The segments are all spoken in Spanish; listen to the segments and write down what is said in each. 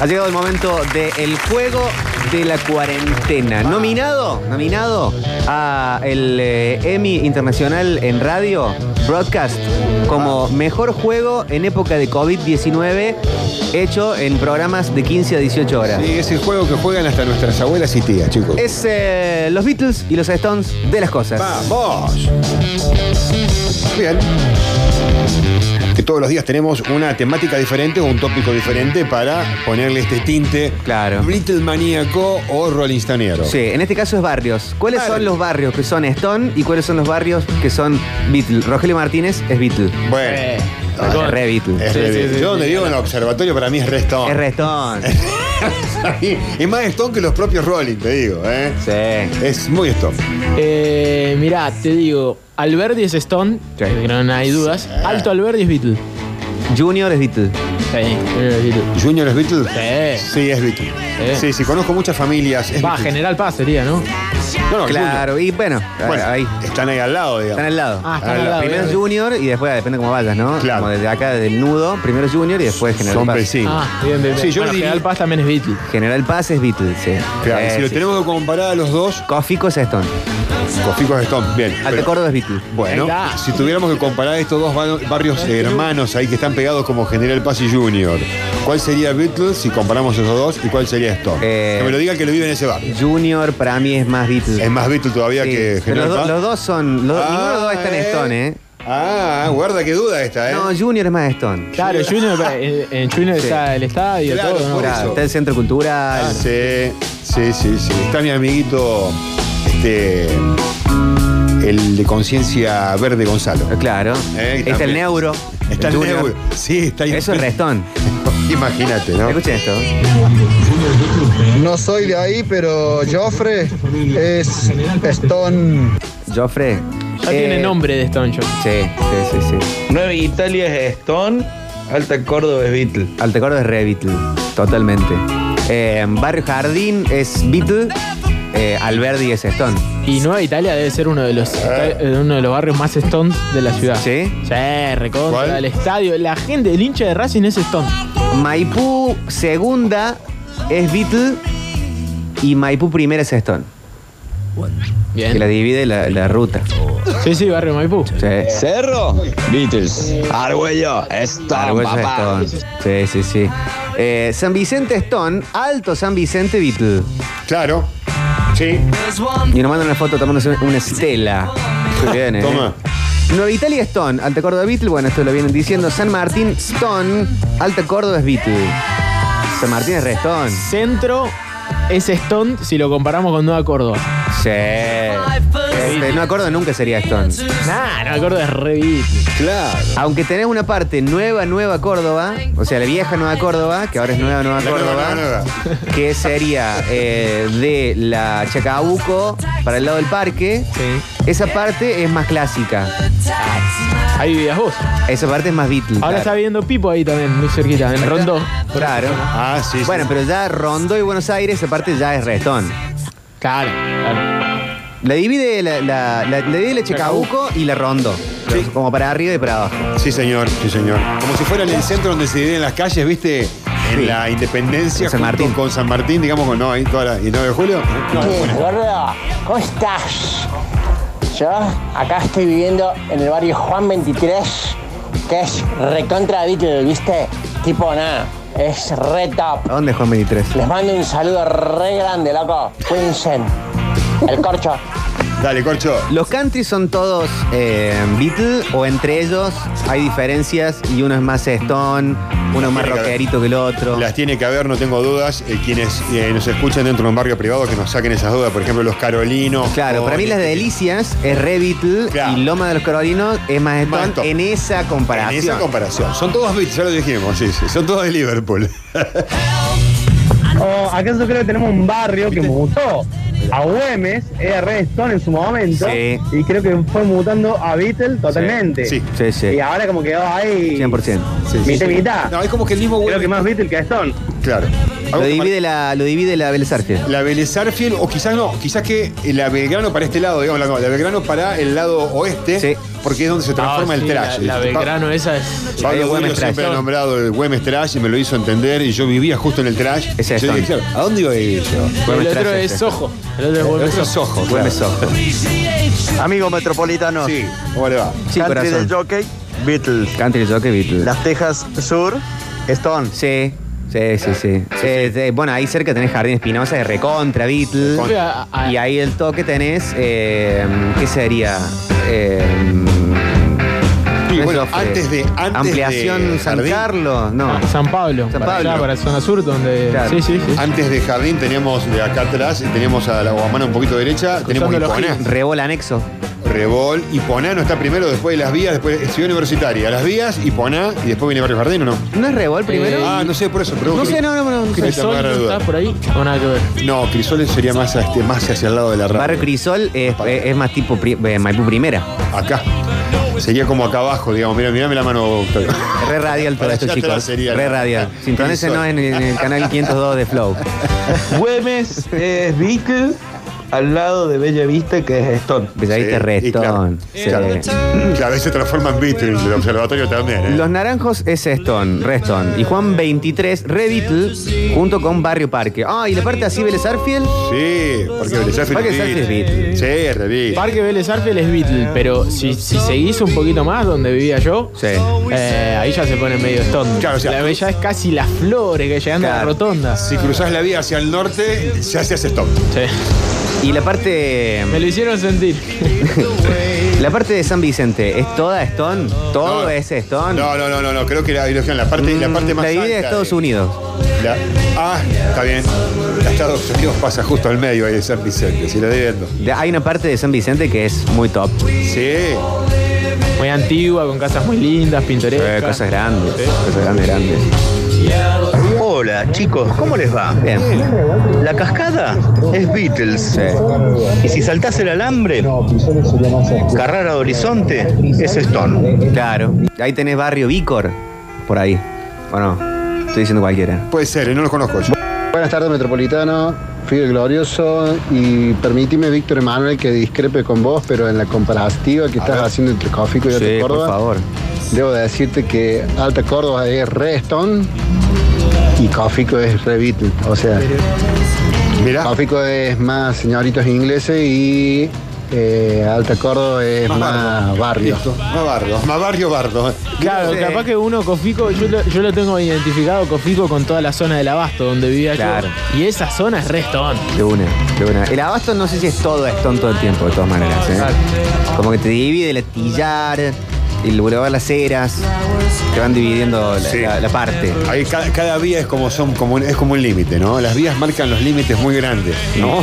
Ha llegado el momento del juego de la cuarentena. Nominado, nominado a el eh, Emmy Internacional en Radio Broadcast como mejor juego en época de COVID-19 hecho en programas de 15 a 18 horas. Sí, es el juego que juegan hasta nuestras abuelas y tías, chicos. Es eh, los Beatles y los Stones de las cosas. ¡Vamos! Bien. Que todos los días tenemos una temática diferente o un tópico diferente para ponerle este tinte. Claro. Beatle maníaco o rollinstonero. Sí, en este caso es barrios. ¿Cuáles Claro. son los barrios que son Stone y cuáles son los barrios que son Beatle? Rogelio Martínez es Beatle. Bueno. Eh, Ah, es re Beatle. es Sí, re- sí, sí, yo sí. donde vivo en el observatorio para mí es restón. Es re Stone. es más Stone que los propios Rolling, te digo, ¿eh? Sí. Es muy Stone. eh, mirá, te digo, Alberti es Stone, Sí. que no hay dudas. Eh. Alto Alberti es Beatle. Junior es Beatle. Sí, es Beatle. ¿Junior es Beatle? Sí. Sí, es Beatle. Sí. Sí, sí, conozco muchas familias. es Va, Beatle. General Paz sería, ¿no? No, no, Claro, y bueno, Junior. Bueno, ahí. Están ahí al lado, Están digamos. al lado. Ah, Ah, está al la lado. primero bien. Junior y después ah, depende cómo vayas, ¿no? Claro. Como desde acá, desde el nudo. Primero Junior y después General Son Paz. vecinos. Ah, bien, bien. bien. Sí, yo Bueno, diría- General Paz también es Beatle. General Paz es Beatle, sí. Claro, y Eh, si lo sí. tenemos que comparar a los dos, Cofico es Stone. Coficos Stone, bien. Alto pero- Córdoba es Beatle. Bueno, Ahí está. si tuviéramos que comparar estos dos bar- barrios hermanos ahí que están pegados como General Paz y Junior, ¿cuál sería Beatles si comparamos esos dos y cuál sería Stone? Eh, que me lo digan que lo viven en ese barrio. Junior para mí es más Beatle. Es más Beatles todavía Sí, que pero General los, do- Paz. los dos son. los- ninguno de los dos Ah, está en Stone, ¿eh? Ah, guarda qué duda esta, ¿eh? No, Junior es más Stone. Claro, Junior, en, eh, en Junior Sí. está el estadio, Claro, todo, ¿no? por Claro, eso. está el centro Ah, cultural. sí, sí, sí, sí. Está mi amiguito, este, el de conciencia verde Gonzalo. Claro. Eh, y está el también- neuro. Está el Junior. neuro. Sí, está ahí. Eso es restón. Imagínate, ¿no? Escuchen esto. No soy de ahí, pero Joffre es Stone. Joffre. Ya eh, tiene nombre de Stone Show. Sí, sí, sí, sí. Nueva Italia es Stone, Alta Córdoba es Beatle. Altecordo es re Beatle. Totalmente. Eh, Barrio Jardín es Beatle. Eh, Alberdi es Stone. Y Nueva Italia debe ser uno de los eh, uno de los barrios más Stones de la ciudad. ¿Sí? Sí, ¿Cuál? recontra, el estadio. La gente, el hincha de Racing es Stone. Maipú segunda es Beatle. Y Maipú primera es Stone. Que la Bien. divide la, la ruta. Sí, sí, barrio Maipú. Sí. Cerro, Beatles. Argüello, Stone, Argüello es Stone. Sí, sí, sí. Eh, San Vicente Stone, alto San Vicente Beatle. Claro. Sí. Y nos mandan una foto tomándose una estela. Muy bien, ¿eh? Toma. Nueva Italia Stone, Alta Córdoba Beatle, bueno, esto lo vienen diciendo. San Martín Stone, Alta Córdoba es Beatle. San Martín es Restón. Centro es Stone si lo comparamos con Nueva Córdoba. Sí. Este, no acuerdo nunca sería Stone. Nah, Nueva Córdoba es re Beatle. Claro. Aunque tenés una parte nueva, nueva Córdoba, o sea, la vieja Nueva Córdoba, que ahora es nueva, nueva La Córdoba, nueva, nueva, que sería eh, de la Chacabuco para el lado del parque, Sí. esa parte es más clásica, Ahí vivías vos. esa parte es más Beatle. Ahora está claro. viendo Pipo ahí también, muy cerquita, en Rondó. Claro. Ah, sí. sí. Bueno, pero ya Rondo y Buenos Aires, esa parte ya es Restón. Claro, claro. La divide la, la, la- la divide la Chacabuco y la Rondo. Sí. Como para arriba y para abajo. Sí, señor, sí, señor. Como si fuera en el centro donde se dividen las calles, ¿viste? En Sí. la Independencia, Con San junto Martín. con San Martín, digamos, con no, ahí toda la, y 9 de julio. Gordo, ¿cómo estás? Yo acá estoy viviendo en el barrio Juan 23, que es recontra Beatle, ¿viste? Tipo nada, es re top. ¿A dónde es Juan 23? Les mando un saludo re grande, loco. Quinsen, el corcho. Dale, corcho. ¿Los country son todos eh, Beatle o entre ellos hay diferencias y uno es más Stone, uno es más rockerito que el otro? Las tiene que haber, no tengo dudas. Eh, quienes eh, nos escuchan dentro de un barrio privado, que nos saquen esas dudas. Por ejemplo, los carolinos. Claro, para mí las Cori- de Delicias es re Beatle Claro. y Loma de los Carolinos es más Stone, Más Stone. en esa En comparación. esa comparación. Son todos, Beatles, ya lo dijimos, sí, sí. Son todos de Liverpool. Oh, ¿Acaso creo que tenemos un barrio que mutó? A Güemes era Red Stone en su momento Sí. y creo que fue mutando a Beatle totalmente. Sí, sí, sí. Y ahora como quedó ahí 100%. Sí, sí, mitad y sí. mitad. No, es como que el mismo Creo huevo. que más Beatle que Stone. Claro. Lo divide la, lo divide la Belezarfield. La Vélez Arfield, o quizás no, quizás que la Belgrano para este lado, digamos, la, no, la Belgrano para el lado oeste, Sí. porque es donde se transforma Ah, sí, el trash. La, la Belgrano esa es. Pablo Güemes El Güemes siempre Trash. ha nombrado el Güemes Trash y me lo hizo entender y yo vivía justo en el Trash. Ese es Yo dije, Stone. claro, ¿a dónde iba a ir yo? Güemes el otro Trash, es ese. ojo. El otro es El Güemes otro es Ojo. Ojo, claro. Güemes Ojo. Amigos metropolitanos, Sí, ¿cómo le va? Sí, Country corazón. del Jockey, Beatles. Country Jockey Beatles. Las Tejas Sur, Stones. Sí, sí, sí, sí. Eh, eh, bueno, ahí cerca tenés Jardín Espinosa de Recontra, Beatles. Fui a- a- Y ahí el toque tenés, eh, ¿qué sería? Eh, Sí, ¿no bueno, es Joffre? antes de- antes de Ampliación San Jardín. Carlos, no. San Pablo. San para Pablo. allá, para zona sur, donde. Claro. Sí, sí, sí. Antes de Jardín teníamos de acá atrás, teníamos a la guamana un poquito derecha, tenemos los Iponá, Rebol anexo. Rebol, Iponá no está primero, después de las vías, después de Ciudad Universitaria, las vías, Iponá y después viene Barrio Jardín o no. ¿No es Rebol primero? Eh, ah, no sé, por eso. pero no sé, no, no, no. no sé. Crisol. ¿Sol Tamara no Duda. está por ahí? O nada que ver. No, Crisoles sería más, a este, más hacia el lado de la radio. Barrio Crisol es, Aparte. es- es más tipo pri- eh, Maipú Primera. Acá. Sería como acá abajo, digamos. Mira, mirame la mano, Octavio. Re radial todo Para esto, allá atrás chicos. sería, Re ¿no? radial. Sintonícenos en, en el canal 502 de Flow. Güemes es Beatle al lado de Bella Vista, que es Stone. Bellavista Sí, y claro. Restón. Claro. Sí. Claro, ahí se transforma en Beatles, el observatorio también, ¿eh? Los Naranjos es Stone, Reston. Y Juan 23, Re Beatle, junto con Barrio Parque. Ah, y la parte así, Vélez Arfield. Sí, porque Belezarfield Parque es Belezarfield es Beatles. Sí, es re Beatles. Parque Vélez Arfield es Beatle, pero si, si seguís un poquito más donde vivía yo, Sí. eh, ahí ya se pone medio stone. Claro, o sea, la bella es casi las flores que llegando a la Claro. rotonda. Si cruzás la vía hacia el norte, ya se hace stop. Sí. Y la parte. Me lo hicieron sentir. La parte de San Vicente, ¿es toda Stone? ¿Todo No. es Stone? No, no, no, no, no, creo que la dirección, la parte, la parte Mm, más La divide alta de Estados de- Unidos. la- ah, está bien. La Estados Unidos pasa justo al medio ahí de San Vicente, si la estoy viendo. De- Hay una parte de San Vicente que es muy top. Sí, Muy antigua, con casas muy lindas, pintorescas. Eh, cosas grandes. Cosas grandes, grandes. Hola chicos, ¿cómo les va? Bien. La cascada es Beatles. Sí. Y si saltás el alambre, Carrara de Horizonte es Stone. Claro. Ahí tenés Barrio Vícor, por ahí. ¿O no? Estoy diciendo cualquiera. puede ser, eh, no los conozco yo. Buenas tardes, Metropolitano. Fidel Glorioso. Y permíteme, Víctor Emanuel, que discrepe con vos, pero en la comparativa que estás haciendo entre Cofico y Alta Sí, por Córdoba, favor. debo decirte que Alta Córdoba es Reston y Cofico es Revitl. O sea, Mirá, Cofico es más señoritos ingleses y eh, Alta Córdoba es más, barrio. listo. Más barrio, más barrio, bardo. eh. Claro, Sí. capaz que uno Cofico, yo lo, yo lo tengo identificado Cofico con toda la zona del Abasto donde vivía Claro. yo. Y esa zona es restón. De una, de una. El abasto no sé si es todo Stone todo el tiempo, de todas maneras. ¿eh? Como que te divide el tillar, el bulevar Las Heras, te van dividiendo la, Sí. la- la parte. Ahí ca- cada, vía es como, son, como un, es como un límite, ¿no? Las vías marcan los límites muy grandes, ¿no?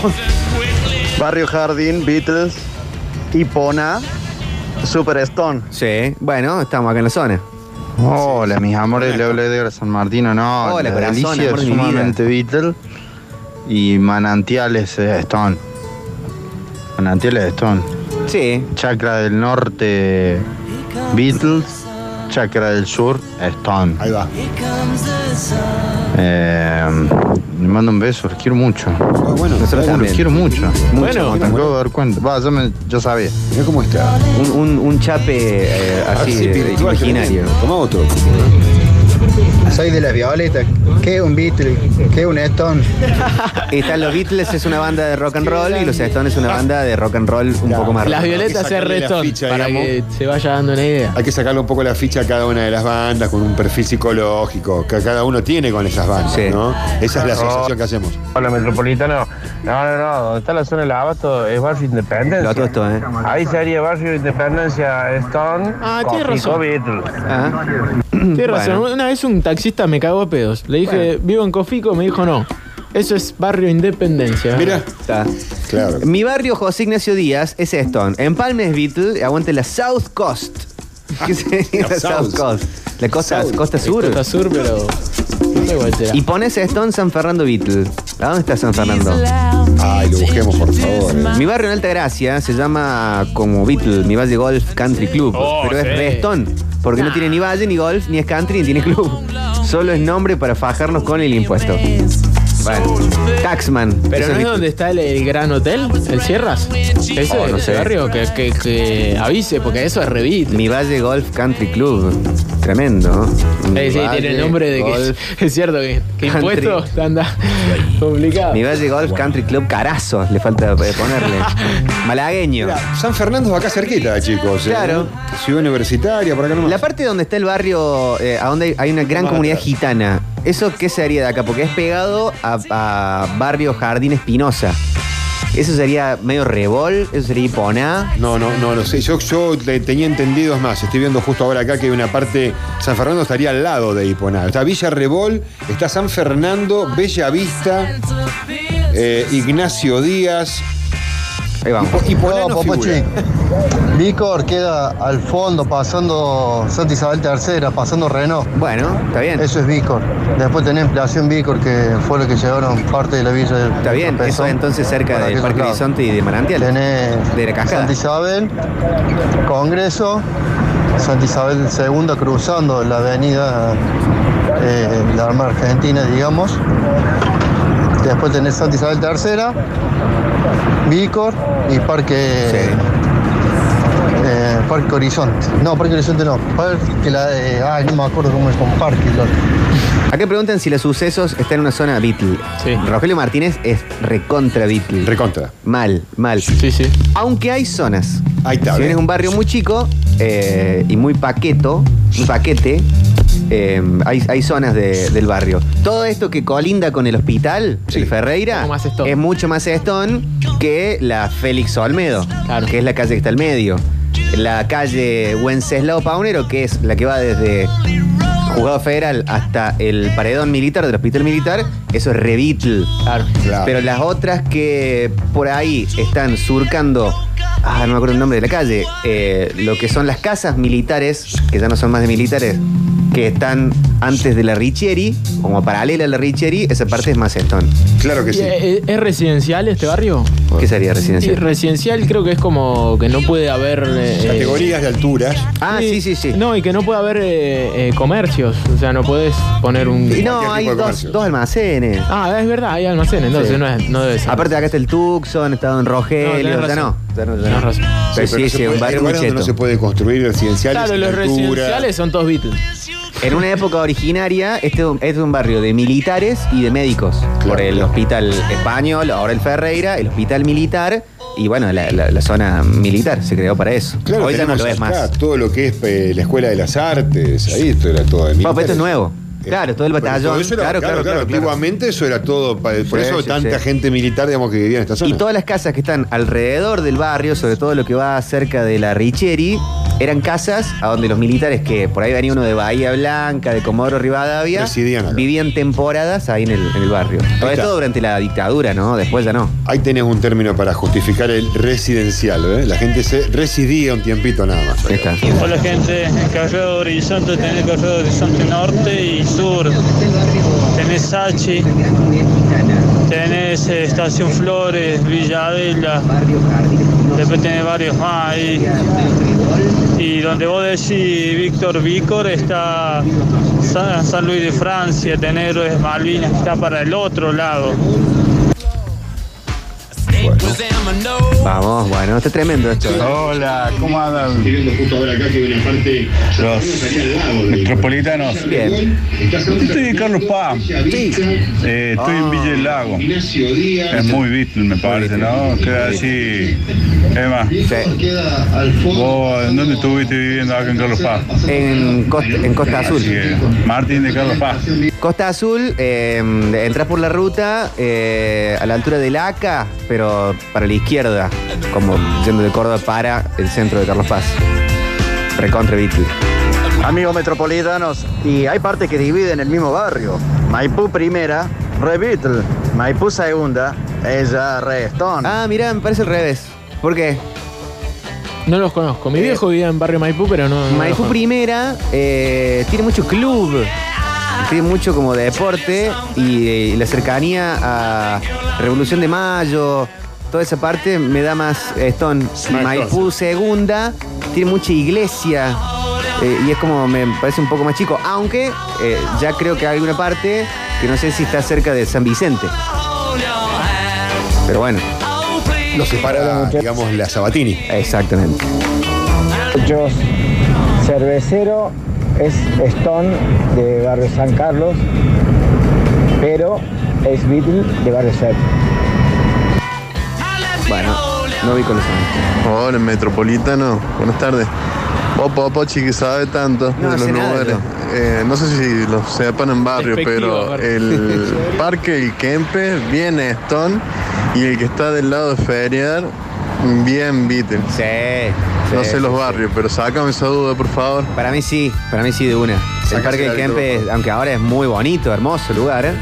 Barrio Jardín, Beatles, Hipona, Super Stone. Sí, bueno, estamos acá en la zona. Hola, mis amores, le hablo Edgar San Martino, no. Hola, la corazón, delicia amor es de mi sumamente Beatles y Manantiales eh, Stone. Manantiales Stone. Sí, Chacra del Norte, Beatles. Chacra del Sur, Stone. Ahí va. Eh, le mando un beso, los quiero mucho. Ah, Bueno, Nosotros ah, Los también. quiero mucho. Bueno, Me acabo de dar cuenta. Va, yo, me- yo sabía. Mirá cómo está. un, un- un chape eh, así, eh, virtual que imaginario. tenemos. Toma otro. Soy de la Violeta. ¿Qué un Beatle? ¿Qué un Stone? Están los Beatles, es una banda de rock and roll, y los Stones es una banda de rock and roll un poco más Las rock. violetas Hay que es sacarle la restón. ficha, para digamos. que se vaya dando una idea. Hay que sacarle un poco la ficha a cada una de las bandas con un perfil psicológico que cada uno tiene con esas bandas, Sí. ¿no? Esa es la asociación que hacemos. Hola Metropolitano. No, no, no. Donde está la zona del abasto es Barrio Independencia. Lo otro esto, ¿eh? Ahí sería Barrio Independencia Stone. Ah, tiene Cofico, razón. Beatles. Ajá. Tienes razón. Mm, Bueno. Una vez un taxista me cagó a pedos. Le dije, vivo en Cofico, me dijo no. Eso es barrio Independencia. Mira, Está. claro. Mi barrio José Ignacio Díaz es Stone. En Palmes Beatle, aguante la South Coast. ¿Qué sería la Ah, La South South. Coast? La costa, South. costa sur. Costa Sur, pero. No sé cuál será. Y pones Stone San Fernando Beatle. ¿A dónde está San Fernando? Ay, lo busquemos, por favor. eh. Mi barrio en Altagracia se llama como Beatle, mi Valle Golf Country Club. Oh, pero es sí. re Stone, porque no tiene ni valle, ni golf, ni es country, ni tiene club. Solo es nombre para fajarnos con el impuesto. Bueno. Taxman. Pero Eso no es mi- donde está el, el gran hotel, el Sierras. Ese, Oh, no ese sé. barrio que, que- que avise, porque eso es revit. Mi Valle Golf Country Club. Tremendo. ¿no? Mi Eh, sí, Valle tiene el nombre de que Golf- es cierto que, que Country. impuesto anda complicado. Mi Valle Golf Country Club Carazo, le falta eh, ponerle. Malagueño. San Fernando es acá cerquita, chicos. eh. Claro. Ciudad universitaria, por acá nomás. La parte donde está el barrio, eh, a donde hay- hay una gran Más comunidad atrás. gitana, ¿eso qué sería de acá? Porque es pegado a, a barrio Jardín Espinosa. Eso sería medio rebol, eso sería Iponá. No, no, no lo sé. Yo, yo le tenía entendido, es más, estoy viendo justo ahora acá que hay una parte. San Fernando estaría al lado de Iponá. Está Villa Rebol, está San Fernando, Bella Vista, eh, Ignacio Díaz. Ahí vamos. Ipo- Iponá no Popochi. figura. Vícor queda al fondo pasando Santa Isabel III, pasando Renault. Bueno, está bien. Eso es Vícor. Después tenés Plación Vícor, que fue lo que llevaron parte de la villa del Está bien, Pezón eso es entonces cerca para del aquellos Parque lados. Horizonte y de Manantial. ¿eh? Tenés De la cascada. Santa Isabel, Congreso, Santa Isabel II cruzando la avenida eh, la Arma Argentina, digamos. Después tenés Santa Isabel III, Vícor y Parque. eh, Parque Horizonte. No, Parque Horizonte no. Parque la de. Ay, no me acuerdo cómo es con Parque. lol. Acá preguntan si los sucesos están en una zona Beatle. Rogelio Martínez es recontra Beatle. Recontra. Mal, mal. Sí, sí. Aunque hay zonas. Ahí está. ¿ves? Si vienes de un barrio muy chico eh, y muy paqueto, muy paquete, eh, hay, hay zonas de- del barrio. Todo esto que colinda con el hospital, el Ferreira, Poco más Stone. es mucho más Stone que la Félix Olmedo, que es la calle que está al medio. La calle Wenceslao Paunero, que es la que va desde Juzgado Federal hasta el paredón militar del hospital militar, eso es Revitl. Claro. Pero las otras que por ahí están surcando, ah, no me acuerdo el nombre de la calle, eh, lo que son las casas militares, que ya no son más de militares, que están antes de la Richieri, como paralela a la Richieri, esa parte es más Stone. Claro Y, eh, ¿Es residencial este barrio? ¿Qué sería Y residencial? residencial creo que es como que no puede haber... eh, Categorías de alturas. Ah, sí, sí, sí. No, y que no puede haber eh, eh, comercios. O sea, no puedes poner un... Y no, cualquier hay tipo de dos, comercio. dos almacenes. Ah, es verdad, hay almacenes, entonces Sí. no, es- no debe ser. Aparte acá está el Tucson, está Don Rogelio, No, tenés Eh, ya no. razón. Ya no, ya Tenés no. razón. Pero pero sí, no sí, se un puede- hay barrio muy lugares donde no cheto. se puede construir residenciales. Claro, en los altura. residenciales son todos Beatles. En una época originaria, este es un barrio de militares y de médicos. por el hospital español, ahora el Ferreira, el hospital militar y bueno, la, la- la zona militar se creó para eso. Claro, Hoy ya no tenemos lo es acá más. Todo lo que es eh, la Escuela de las Artes, ahí esto era todo. de Bueno, pero esto militares. es nuevo. Claro, todo el Pero batallón. todo eso era- claro, claro, claro, claro. Antiguamente eso era todo. pa- Por Sí, eso sí, tanta sí. gente este militar, digamos, que vivía en esta zona. Y todas las casas que están alrededor del barrio, sobre todo lo que va cerca de la Richieri, eran casas a donde los militares, que por ahí venía uno de Bahía Blanca, de Comodoro Rivadavia, Residían acá. vivían temporadas ahí en el, en el barrio. Sobre está. todo durante la dictadura, ¿no? Después ya no. Ahí tenés un término para justificar el residencial, ¿eh? La gente se residía un tiempito nada más. Ahí está. Hola gente, en Carrera de Horizonte tenés Carrera de Horizonte Norte y Sur, tenés Sachi, tenés eh, Estación Flores, Villa Adela, después tenés varios más ahí. Y donde vos decís Víctor Vícor está Sa- San Luis de Francia, tenés Héroes Malvinas, que está para el otro lado. Vamos, bueno, está tremendo esto. Hola, ¿cómo andan? justo ahora acá que hay una parte. Los metropolitanos. Bien. Estoy en Carlos Paz. Eh, estoy Ah. en Villa del Lago. Es muy Beatle, me parece, ¿no? Queda así. Emma, ¿vos en dónde estuviste viviendo acá en Carlos Paz? En Costa, en Costa Azul. Así que, Martín de Carlos Paz. Costa Azul, eh, entras por la ruta eh, a la altura del ACA, pero para la izquierda, como yendo de Córdoba para el centro de Carlos Paz. Recontra Beatle. Amigos metropolitanos, y hay partes que dividen el mismo barrio. Maipú primera, re Beatle. Maipú segunda, ella re Stone. Ah, mirá, me parece al revés. ¿Por qué? Eh, No los conozco. Mi viejo vivía en barrio Maipú, pero no. no los Maipú conozco. Primera eh, tiene mucho club, tiene mucho como de deporte y, eh, y la cercanía a Revolución de Mayo, toda esa parte me da más eh, Stone. Y Maipú Segunda tiene mucha iglesia, eh, y es como me parece un poco más chico, aunque eh, ya creo que hay una parte que no sé si está cerca de San Vicente. Pero bueno. Lo separa, digamos, la Sabatini. Exactamente. Muchachos, cervecero es Stone de Barrio San Carlos, pero es Beatle de Barrio Ser. Bueno, no vi con los Hola, Oh, Metropolitano. Buenas tardes. Vos, Popochi, que sabe tanto No de los sé nada de lugares. esto. Eh, no sé si lo sepan en barrio, Despectivo, pero barrio. el parque El Kempe, bien Stone, y el que está del lado de Feriar, bien Beatles. Sí. No sí, sé los sí, barrios, pero sácame esa duda, por favor. Para mí sí, para mí sí de una. El Sacásela Parque del del Kempe, aunque ahora es muy bonito, hermoso lugar, ¿eh?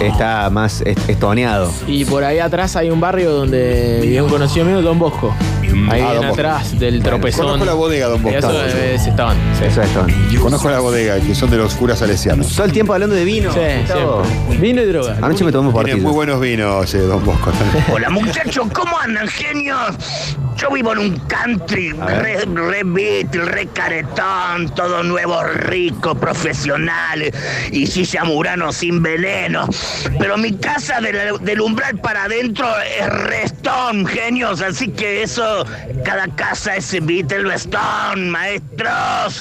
está más est- estoneado. Y por ahí atrás hay un barrio donde vive un conocido mío, Don Bosco. Ahí Ah, Don en Bosco. atrás del Bueno, tropezón. conozco la bodega, Don Bosco. Eso es Estaban. sí. Eso es todo. Conozco la bodega, que son de los curas salesianos. Todo el tiempo hablando de vino. Sí, Gustavo. Vino y droga. Anoche me tomamos Tiene muy partido. buenos vinos, eh, Don Bosco. Hola muchachos, ¿cómo andan genios? Yo vivo en un country, re, re Beatle, re caretón, todo nuevo, rico, profesional, y silla murano sin veneno. Pero mi casa del, del umbral para adentro es restón, genios, así que eso, cada casa es Beatle Stone, maestros.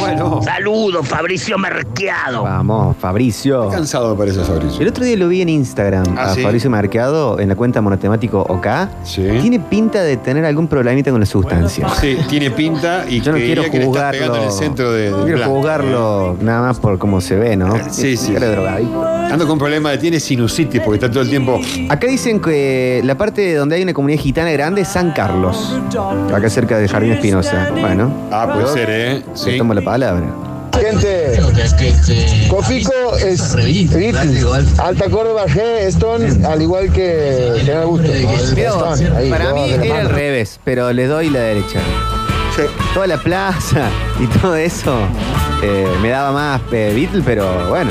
Bueno. Saludos, Fabricio Merqueado. Vamos, Fabricio. Cansado parece Fabricio. El otro día lo vi en Instagram Ah, a ¿sí? Fabricio Marqueado en la cuenta monotemático OK. Tiene pinta de tener algún problemita con las sustancias. Sí, tiene pinta y Yo no creería quiero que le está juzgarlo. pegando en el centro de, no del quiero plan. juzgarlo nada más por cómo se ve, ¿no? Sí, sí. Cara de drogadicto. Ando con problemas de tiene sinusitis porque está todo el tiempo. Acá dicen que la parte donde hay una comunidad gitana grande es San Carlos. Acá cerca de Jardín Espinosa. Bueno. Ah, puede ser, ¿eh? Le tomo la palabra. Gente, Cofico es Beatles. Alta Córdoba G, Stone, al igual que General Augusto. Mirá vos, Stone, ahí, para dos mí de la era al mano. revés, pero le doy la derecha. Toda la plaza y todo eso eh, me daba más eh, Beatle, pero bueno,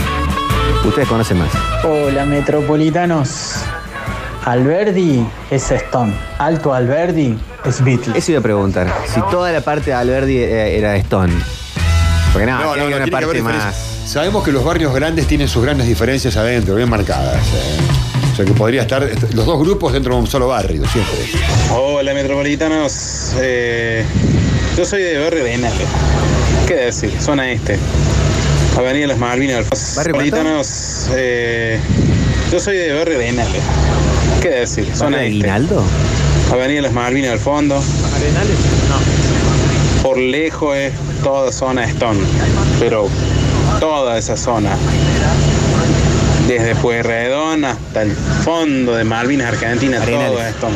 ustedes conocen más. Hola metropolitanos. Alberdi es Stone. Alto Alberdi es Beatle. Eso iba a preguntar, si toda la parte de Alberdi eh, era de Stone. Porque nada, No, no, no, tiene que haber tiene que una haber parte diferencias. más. Sabemos que los barrios grandes tienen sus grandes diferencias adentro, bien marcadas. eh. O sea que podría estar est- los dos grupos dentro de un solo barrio, siempre. Hola metropolitanos, Eh, yo soy de Barrio Arenal. ¿Qué decir? Zona este. Avenida Las Malvinas. Metropolitanos, eh, yo soy de Barrio Arenal. ¿Qué decir? ¿Barrio Zona este. Aguinaldo? Avenida Las Malvinas al fondo. ¿Arenales? No. Por lejos es toda zona Stone, pero toda esa zona. Desde Pueyrredón hasta el fondo de Malvinas, Argentina, todo es Stone.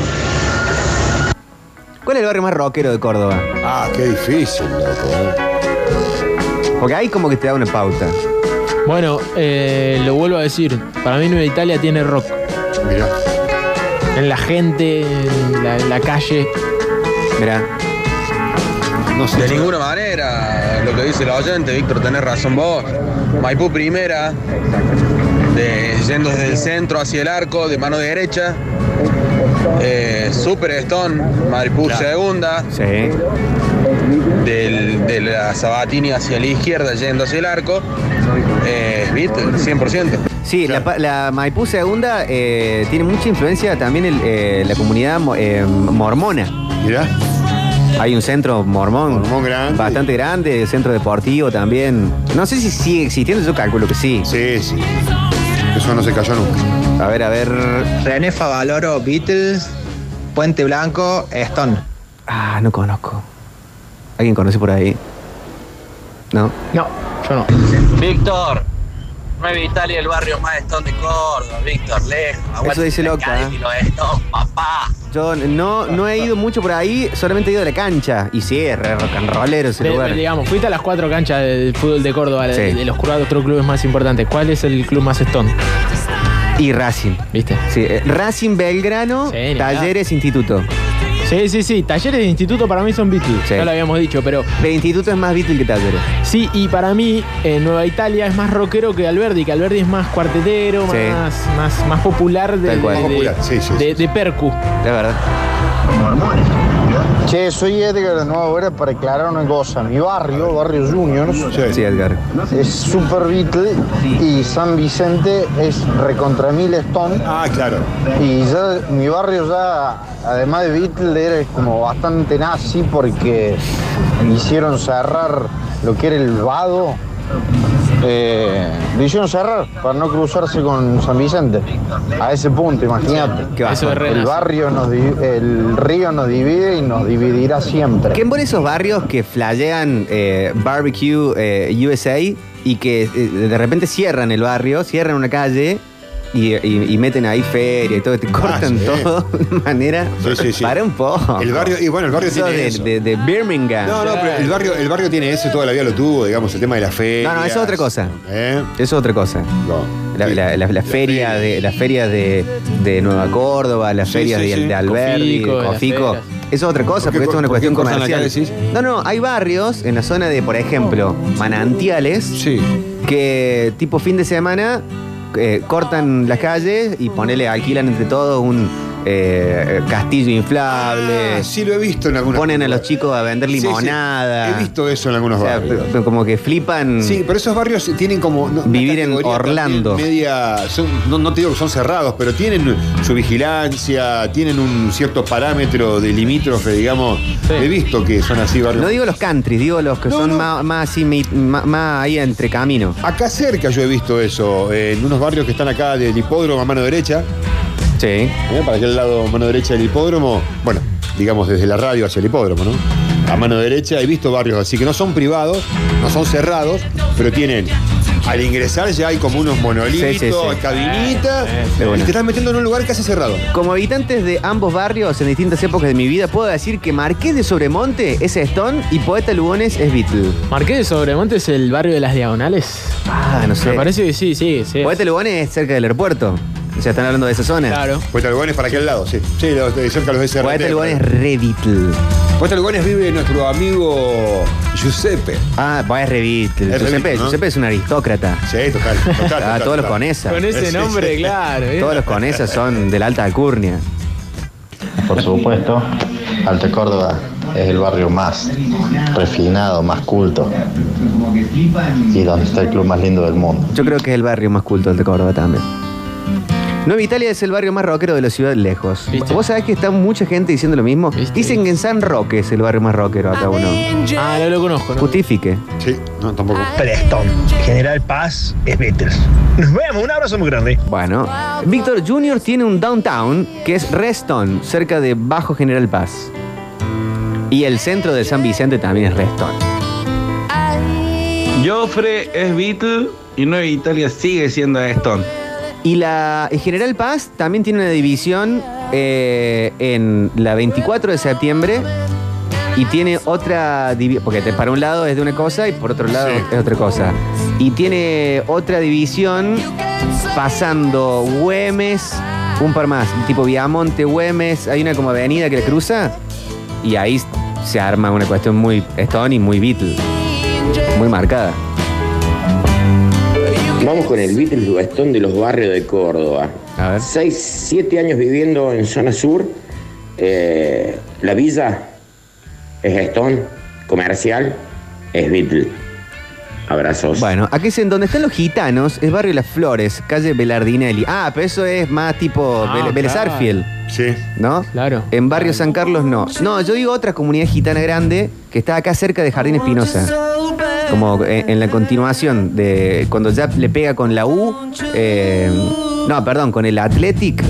¿Cuál es el barrio más rockero de Córdoba? Ah, qué difícil, loco. eh. Porque ahí como que te da una pauta. Bueno, eh, lo vuelvo a decir. Para mí Nueva Italia tiene rock. Mirá. En la gente, en la, en la calle. Mirá. De ninguna manera, lo que dice el oyente, Víctor, tenés razón vos. Maipú primera, de- yendo desde el centro hacia el arco, de mano derecha. Eh, Super Stone, Maipú segunda. Del- de la Sabatini hacia la izquierda, yendo hacia el arco. Eh, Beatles, 100%. Sí, la pa- la, Maipú Segunda eh, tiene mucha influencia también el, eh, la comunidad mo- eh, mormona. Mirá. Hay un centro mormón. Bastante grande, centro deportivo también. No sé si sigue existiendo, yo calculo que sí. Sí, sí. Eso no se cayó nunca. A ver, a ver. René Favaloro, Beatles, Puente Blanco, Stone. Ah, no conozco. ¿Alguien conoce por ahí? ¿No? No, yo no. Víctor, Nueva Italia, el barrio más Stone de Córdoba, Víctor, lejos. Eso dice Loca. Y los Stone, papá. Yo no, no he ido mucho por ahí, solamente he ido a la cancha. Y sí, es re rock and rollero ese De- de- lugar. Eh, digamos, fuiste a las cuatro canchas del fútbol de Córdoba, de- Sí. de, los cuatro clubes más importantes. ¿Cuál es el club más Stone? Y Racing. ¿Viste? Sí, eh, Racing Belgrano, Sí, ni Talleres Instituto. Sí, sí, sí. Talleres de instituto para mí son Beatles. Ya lo habíamos dicho, pero. De instituto es más Beatles que Talleres. Sí, y para mí, eh, Nueva Italia es más rockero que Alberdi, que Alberdi es más cuartetero, Sí. más, más, más popular de, Tal cual. de- Más popular, de- de Percu. La verdad. Che, soy Edgar de nuevo, era para aclarar una cosa. Mi barrio, Barrio Juniors, Sí, Edgar. es Super Beatle y San Vicente es recontra mil Stone. Ah, claro. Y ya mi barrio ya, además de Beatle, era como bastante nazi porque hicieron cerrar lo que era el vado. Eh, lo hicieron cerrar para no cruzarse con San Vicente. A ese punto, imagínate. Eso es re el nazi. barrio nos di- el río nos divide y nos dividirá siempre. ¿Qué por esos barrios que flashean eh, Barbecue eh, USA y que eh, de repente cierran el barrio, cierran una calle y, y- y meten ahí feria y todo, te cortan sí. todo de una manera. Para un poco. El barrio- y bueno, el barrio Oh, Eso tiene de, eso. de- de Birmingham. No, no, pero el barrio, el barrio tiene eso, toda la vida lo tuvo, digamos, el tema de la fe. No, no, eso es otra cosa. ¿Eh? Eso es otra cosa. La, la- la- la feria de, las ferias de, de Nueva Córdoba, las Sí, ferias sí, de, sí. de Alberdi, de Cofico, de las Cofico. ferias. Eso es otra cosa, ¿Por qué porque esto es una cor- cuestión por qué cortan la comercial. calle, No, no, hay barrios en la zona de, por ejemplo, Manantiales, que tipo fin de semana eh, cortan las calles y ponele, alquilan entre todos un eh, castillo inflable. Ah, sí, lo he visto en algunos Ponen a los chicos a vender Sí, sí. limonada. He visto eso en algunos O sea, barrios. pero- pero como que flipan. Sí, pero esos barrios tienen como. no, una Vivir en categoría también Orlando. Media, son- no, no te digo que son cerrados, pero tienen su vigilancia, tienen un cierto parámetro de limítrofe, digamos. He visto que son así barrios. No digo los country, digo los que No, son no. Más, más así, mi- más, más ahí entre camino. Acá cerca yo he visto eso, eh, en unos barrios que están acá del hipódromo a mano derecha. ¿Eh? Sí. Para aquel lado, mano derecha del hipódromo. Bueno, digamos desde la radio hacia el hipódromo, ¿no? A mano derecha he visto barrios así que no son privados, no son cerrados, pero tienen. Al ingresar ya hay como unos monolitos, Sí, sí, sí. cabinitas. de y buena. te estás metiendo en un lugar casi cerrado. Como habitantes de ambos barrios en distintas épocas de mi vida, puedo decir que Marqués de Sobremonte es Stone y Poeta Lugones es Beatle. Marqués de Sobremonte es el barrio de las diagonales. Ah, no sé. Me parece que sí, sí, sí. Poeta Lugones es cerca del aeropuerto. O sea, están hablando de esa zona. Claro. Puerta Lugones para aquel lado, sí. Sí, los, de cerca los SRT. Poeta Lugones es re Beatle. Puerta Lugones vive nuestro amigo Giuseppe. Ah, pues es re Beatle. Es re Giuseppe, Beatle, ¿no? Giuseppe es un aristócrata. Sí, total. total, Ah, total, todos los total. con esa. Con ese nombre, claro. ¿eh? Todos los con esa son de la alta alcurnia. Por supuesto, Alta Córdoba es el barrio más refinado, más culto y donde está el club más lindo del mundo. Yo creo que es el barrio más culto del de Córdoba también. Nueva Italia es el barrio más rockero de la ciudad lejos. Vos sabés que está mucha gente diciendo lo mismo. Dicen que en San Roque es el barrio más rockero acá uno. Ah, lo, lo conozco, ¿no? Justifique. Sí, no, tampoco. Preston, Ah, General Paz es Beatles. Nos vemos, un abrazo muy grande. Bueno. Víctor Jr. tiene un downtown que es Reston, cerca de Bajo General Paz. Y el centro de San Vicente también es Reston. Joffre es Beatle y Nueva Italia sigue siendo Stone. Y la y General Paz también tiene una división eh, en la 24 de septiembre y tiene otra divi- porque te- para un lado es de una cosa y por otro lado es otra cosa. Y tiene otra división pasando Güemes, un par más, tipo Viamonte, Güemes, hay una como avenida que le cruza y ahí se arma una cuestión muy Stone y muy Beatle, muy marcada. Vamos con el Beatles Bastón de los barrios de Córdoba. A ver. Seis, siete años viviendo en zona sur. eh, la villa es Stone, comercial, es Beatle. Abrazos. Bueno, aquí es en donde están los gitanos, es barrio Las Flores, calle Belardinelli. Ah, pero eso es más tipo Ah, Vélez Vélez claro. Arfiel, Sí. ¿no? Claro. En barrio San Carlos no. No, yo digo otra comunidad gitana grande que está acá cerca de Jardín Espinosa. Como en, en la continuación de cuando ya le pega con la U, eh, no, perdón, con el Athletic,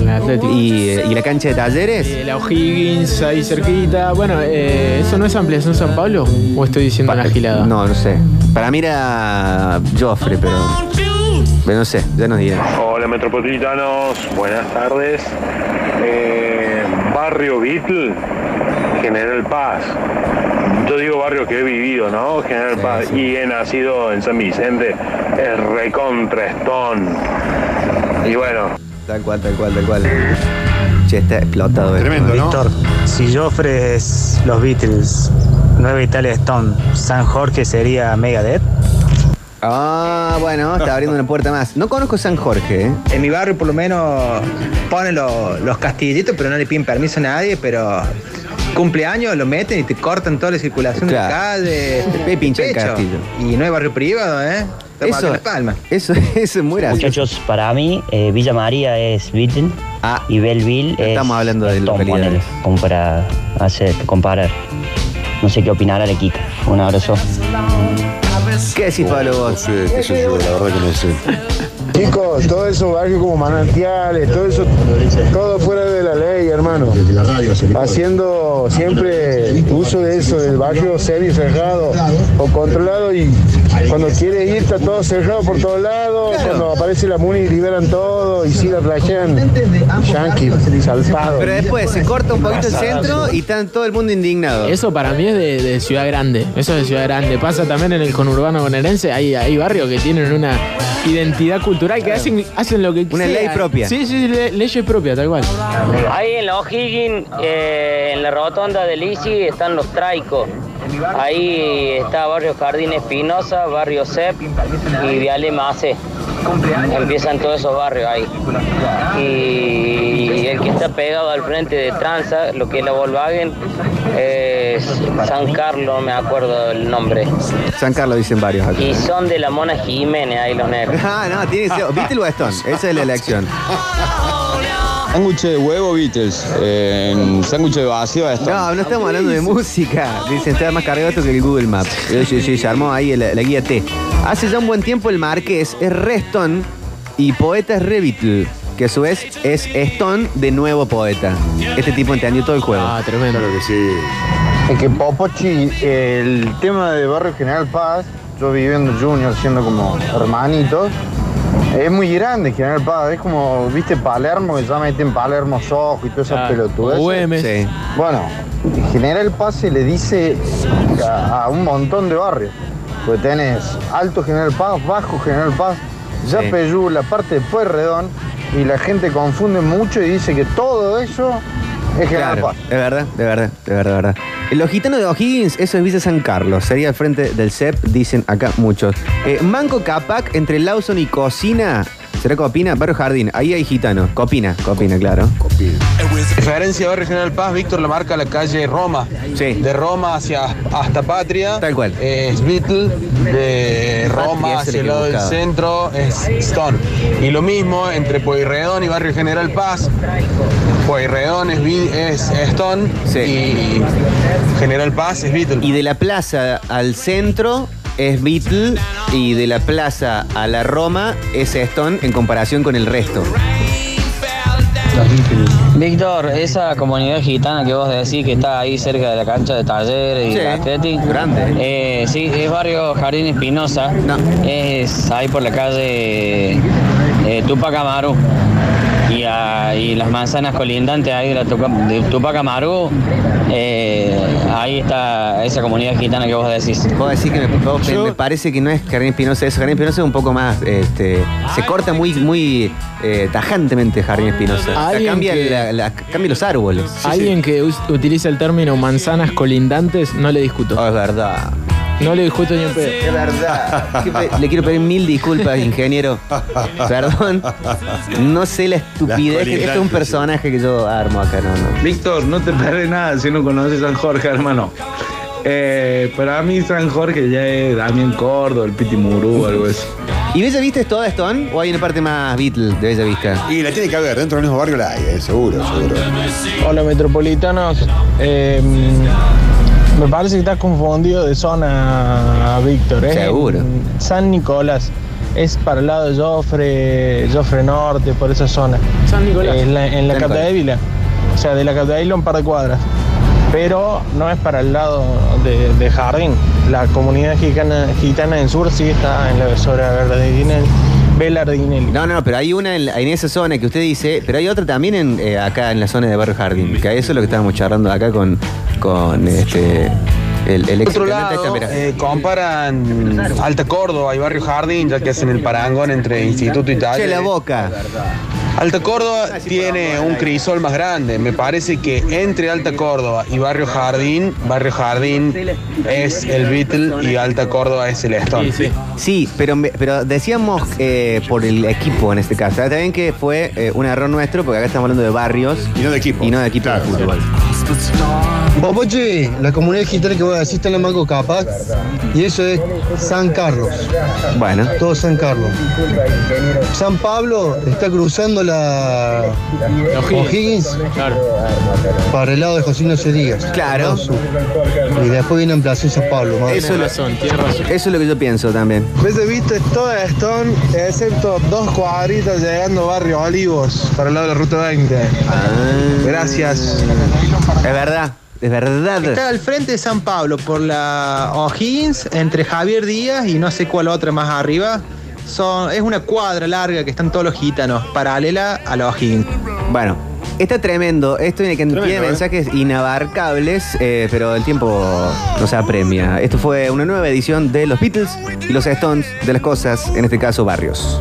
Y, eh, y la cancha de talleres. Eh, la O'Higgins ahí cerquita. Bueno, eh, ¿eso no es ampliación San Pablo? ¿O estoy diciendo una gilada? No, no sé. Para mí era Joffre, pero. Pero no sé, ya nos dirán. Hola metropolitanos, buenas tardes. Eh, barrio Beatle, General Paz. Yo digo barrio que he vivido, ¿no? General Paz. Y he nacido en San Vicente, es recontra Stone. Y bueno. Tal cual, tal cual, tal cual. Che, está explotado. esto. Víctor, si Joffre es los Beatles, Nueva Italia Stone, San Jorge sería Megadeth. Ah, bueno, está abriendo una puerta más. No conozco San Jorge, ¿eh? En mi barrio por lo menos ponen lo- los castillitos, pero no le piden permiso a nadie, pero cumpleaños, lo meten y te cortan toda la circulación Claro. de la calle. Te pinchan el Pecho. castillo. Y no hay barrio privado, ¿eh? Estamos acá en La Palma. Eso, eso es muy gracioso. Muchachos, para mí, eh, Villa María es Beatle y Belleville es. Ah. estamos hablando de Stone, localidades. ponele, Como para hacer, comparar. No sé qué opinará la Kika. Un abrazo. ¿Qué decís, Pablo, vos? qué sé yo, la verdad que no sé. Chicos, todo eso barrio como manantiales, todo eso, todo fuera de la ley, hermano. Haciendo siempre uso de eso, del barrio semi-cerrado o controlado y cuando quieres ir está todo cerrado por todos lados, cuando aparece la MUNI liberan todo y si la playean. Yankee, salpado. Pero después se corta un poquito el centro y está todo el mundo indignado. Eso para mí es de, de ciudad grande. Eso es de ciudad grande. Pasa también en el conurbano bonaerense. Hay, hay barrios que tienen una identidad cultural que hacen, hacen lo que Una sea. ley propia. Sí, sí, le- leyes propias, tal cual. Ah, Ahí en la O'Higgins, eh, en la rotonda del ICI, están los traicos. Ahí está Barrio Jardín Espinosa, Barrio CEP y Viale Mace. Empiezan todos esos barrios ahí. Y el que está pegado al frente de Tranza, lo que es la Volkswagen, es San Carlos, no me acuerdo el nombre. San Carlos dicen varios acá. Y son de la Mona Jiménez ahí los negros. Ah, no, tiene que ser. ¿Viste el Weston? Esa es la elección. Sándwich de huevo, Beatles. Eh, En sándwich de vacío, Stone. No, no estamos hablando de música. Dicen, está más cargado esto que el Google Maps. Sí, sí, sí, se armó ahí la, la guía T. Hace ya un buen tiempo el Marqués es Reston y poeta es Revitl, que a su vez es Stone de nuevo poeta. Este tipo entendió todo el juego. Ah, tremendo. Claro que sí. Es que Popochi, el tema de Barrio General Paz, yo viviendo junior, siendo como hermanitos, es muy grande General Paz, es como, viste, Palermo, que ya meten Palermo Sojo y todas esas Claro, pelotudas. o Güemes. Sí. Bueno, General Paz se le dice a, a un montón de barrios, porque tenés Alto General Paz, Bajo General Paz, Yapeyú, la parte de Pueyrredón, y la gente confunde mucho y dice que todo eso es General Claro, Paz. de verdad, de verdad, de verdad, de verdad. Los gitanos de O'Higgins, eso es Villa San Carlos, sería al frente del CEP, dicen acá muchos. Eh, Manco Capac, entre Lawson y Cocina, ¿será Copina? Barrio Jardín, ahí hay gitanos. Copina, Copina, claro. Referencia a Barrio General Paz, Víctor la marca la calle Roma. De Roma hacia hasta Patria. Tal cual. Es Beatle. De Roma es el hacia el que lado del buscaba. centro es Stone. Y lo mismo entre Pueyrredón y Barrio General Paz. Pueyrredón es, Bi- es Stone. Y General Paz es Beatle. Y de la plaza al centro es Beatle y de la plaza a la Roma es Stone en comparación con el resto. Víctor, esa comunidad gitana que vos decís que está ahí cerca de la cancha de talleres y Sí, de Atleti. Grande. sí, es barrio Jardín Espinosa. Es ahí por la calle eh, Tupac Amaru. Y, a- y las manzanas colindantes ahí de, la Tuca- de Tupac Amaru. eh, ahí está esa comunidad gitana que vos decís. Puedo decir que me, vos- me parece que no es Jardín Espinosa eso. Jardín Espinosa es un poco más. este, se corta muy, muy eh, tajantemente Jardín Espinosa. O sea, Alguien cambia, que- la- la- cambia los árboles. Alguien que us- utiliza el término manzanas colindantes, no le discuto. Ah, es verdad. No le discuto ni un pedo. Es verdad. Que pe- Le quiero pedir mil disculpas, ingeniero. Perdón. No sé la estupidez. que- Esto es un colindantes, personaje que yo armo acá, no, no. Víctor, no te perdés nada si no conoces San Jorge, hermano. Eh, para mí San Jorge ya es Damián Cordo, el Piti Murú, algo así. ¿Y Bella Vista es toda Stone o hay una parte más Beatle de Bella Vista? Y la tiene que haber, dentro del mismo barrio la hay, eh, seguro, seguro. Hola metropolitanos, Eh, me parece que estás confundido de zona, Víctor. ¿eh? Seguro. En San Nicolás es para el lado de Joffre, Joffre Norte, por esa zona. San Nicolás. en la, en la San Capdevila. o sea, de la Capdevila un par de cuadras. Pero no es para el lado de, de Jardín. La comunidad gitana, gitana en sur sí está en la sobre Verdadinel- Velardinelli. No, no, pero hay una en, la- en esa zona que usted dice, pero hay otra también en, eh, acá en la zona de Barrio Jardín, que eso es lo que estábamos charlando acá con, con este, el, el Por ex otro intendente lado, Cameras. eh, comparan Alta Córdoba y Barrio Jardín, ya que hacen el parangón entre Instituto y Taller. Che, la boca. Alta Córdoba tiene un crisol más grande. Me parece que entre Alta Córdoba y Barrio Jardín, Barrio Jardín es el Beatle y Alta Córdoba es el Stone. Sí, pero, me- pero decíamos eh, por el equipo en este caso. Está bien que fue eh, un error nuestro, porque acá estamos hablando de barrios. Y no de equipo. Y no de equipo de fútbol. Popoche, la comunidad gitana que vos decís está en la Manco Capaz y eso es San Carlos. Bueno. Todo San Carlos. San Pablo está cruzando la O'Higgins para el lado de José Ignacio Díaz. Claro. Y después viene en Plaza San Pablo. más o Eso es, lo, menos. eso es lo que yo pienso también. Pues he visto es toda Stone, excepto dos cuadritas llegando Barrio Olivos, para el lado de la Ruta 20. Gracias. Ah. Es verdad, es verdad. Está al frente de San Pablo por la O'Higgins, entre Javier Díaz y no sé cuál otra más arriba. Son, es una cuadra larga que están todos los gitanos, paralela a la O'Higgins. Bueno, está tremendo. Esto tiene cantidad de Tremendo, ¿eh? mensajes inabarcables, eh, pero el tiempo nos apremia. Esto fue una nueva edición de Los Beatles y los Stones de las cosas, en este caso Barrios.